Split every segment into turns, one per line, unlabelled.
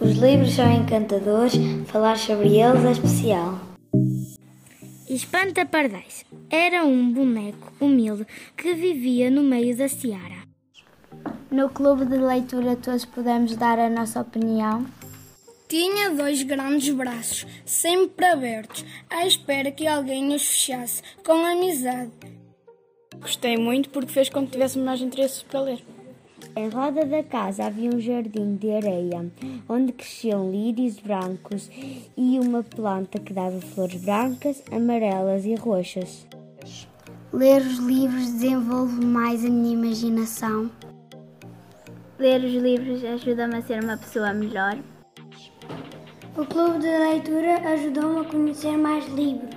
livros são encantadores, falar sobre eles é especial.
Espanta Pardais era um boneco humilde que vivia no meio da seara.
No clube de leitura todos podemos dar a nossa opinião.
Tinha dois grandes braços, sempre abertos, à espera que alguém os fechasse, com amizade.
Gostei muito porque fez com que tivesse mais interesse para ler.
Em roda da casa havia um jardim de areia, onde cresciam lírios brancos e uma planta que dava flores brancas, amarelas e roxas.
Ler os livros desenvolve mais a minha imaginação.
Ler os livros ajuda-me a ser uma pessoa melhor.
O clube de leitura ajudou-me a conhecer mais livros.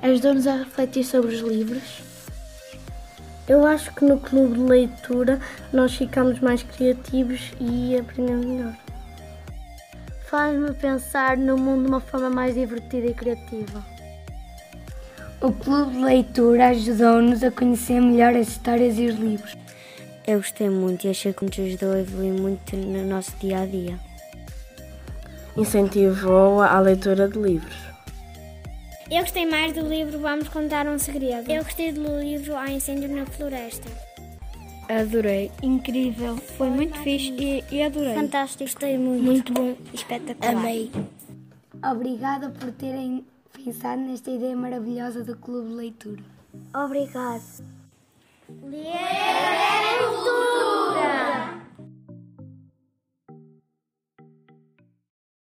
Ajudou-nos a refletir sobre os livros.
Eu acho que no clube de leitura nós ficamos mais criativos e aprendemos melhor.
Faz-me pensar no mundo de uma forma mais divertida e criativa.
O clube de leitura ajudou-nos a conhecer melhor as histórias e os livros.
Eu gostei muito e achei que nos ajudou a evoluir muito no nosso dia a dia.
Incentivou a leitura de livros.
Eu gostei mais do livro Vamos Contar um Segredo.
Eu gostei do livro Há Incêndio na Floresta.
Adorei, incrível, foi, foi muito fixe e, e, adorei.
Fantástico, gostei muito.
Muito bom, espetacular.
Amei.
Obrigada por terem pensado nesta ideia maravilhosa do Clube de Leitura.
Obrigado.
Ler é cultura.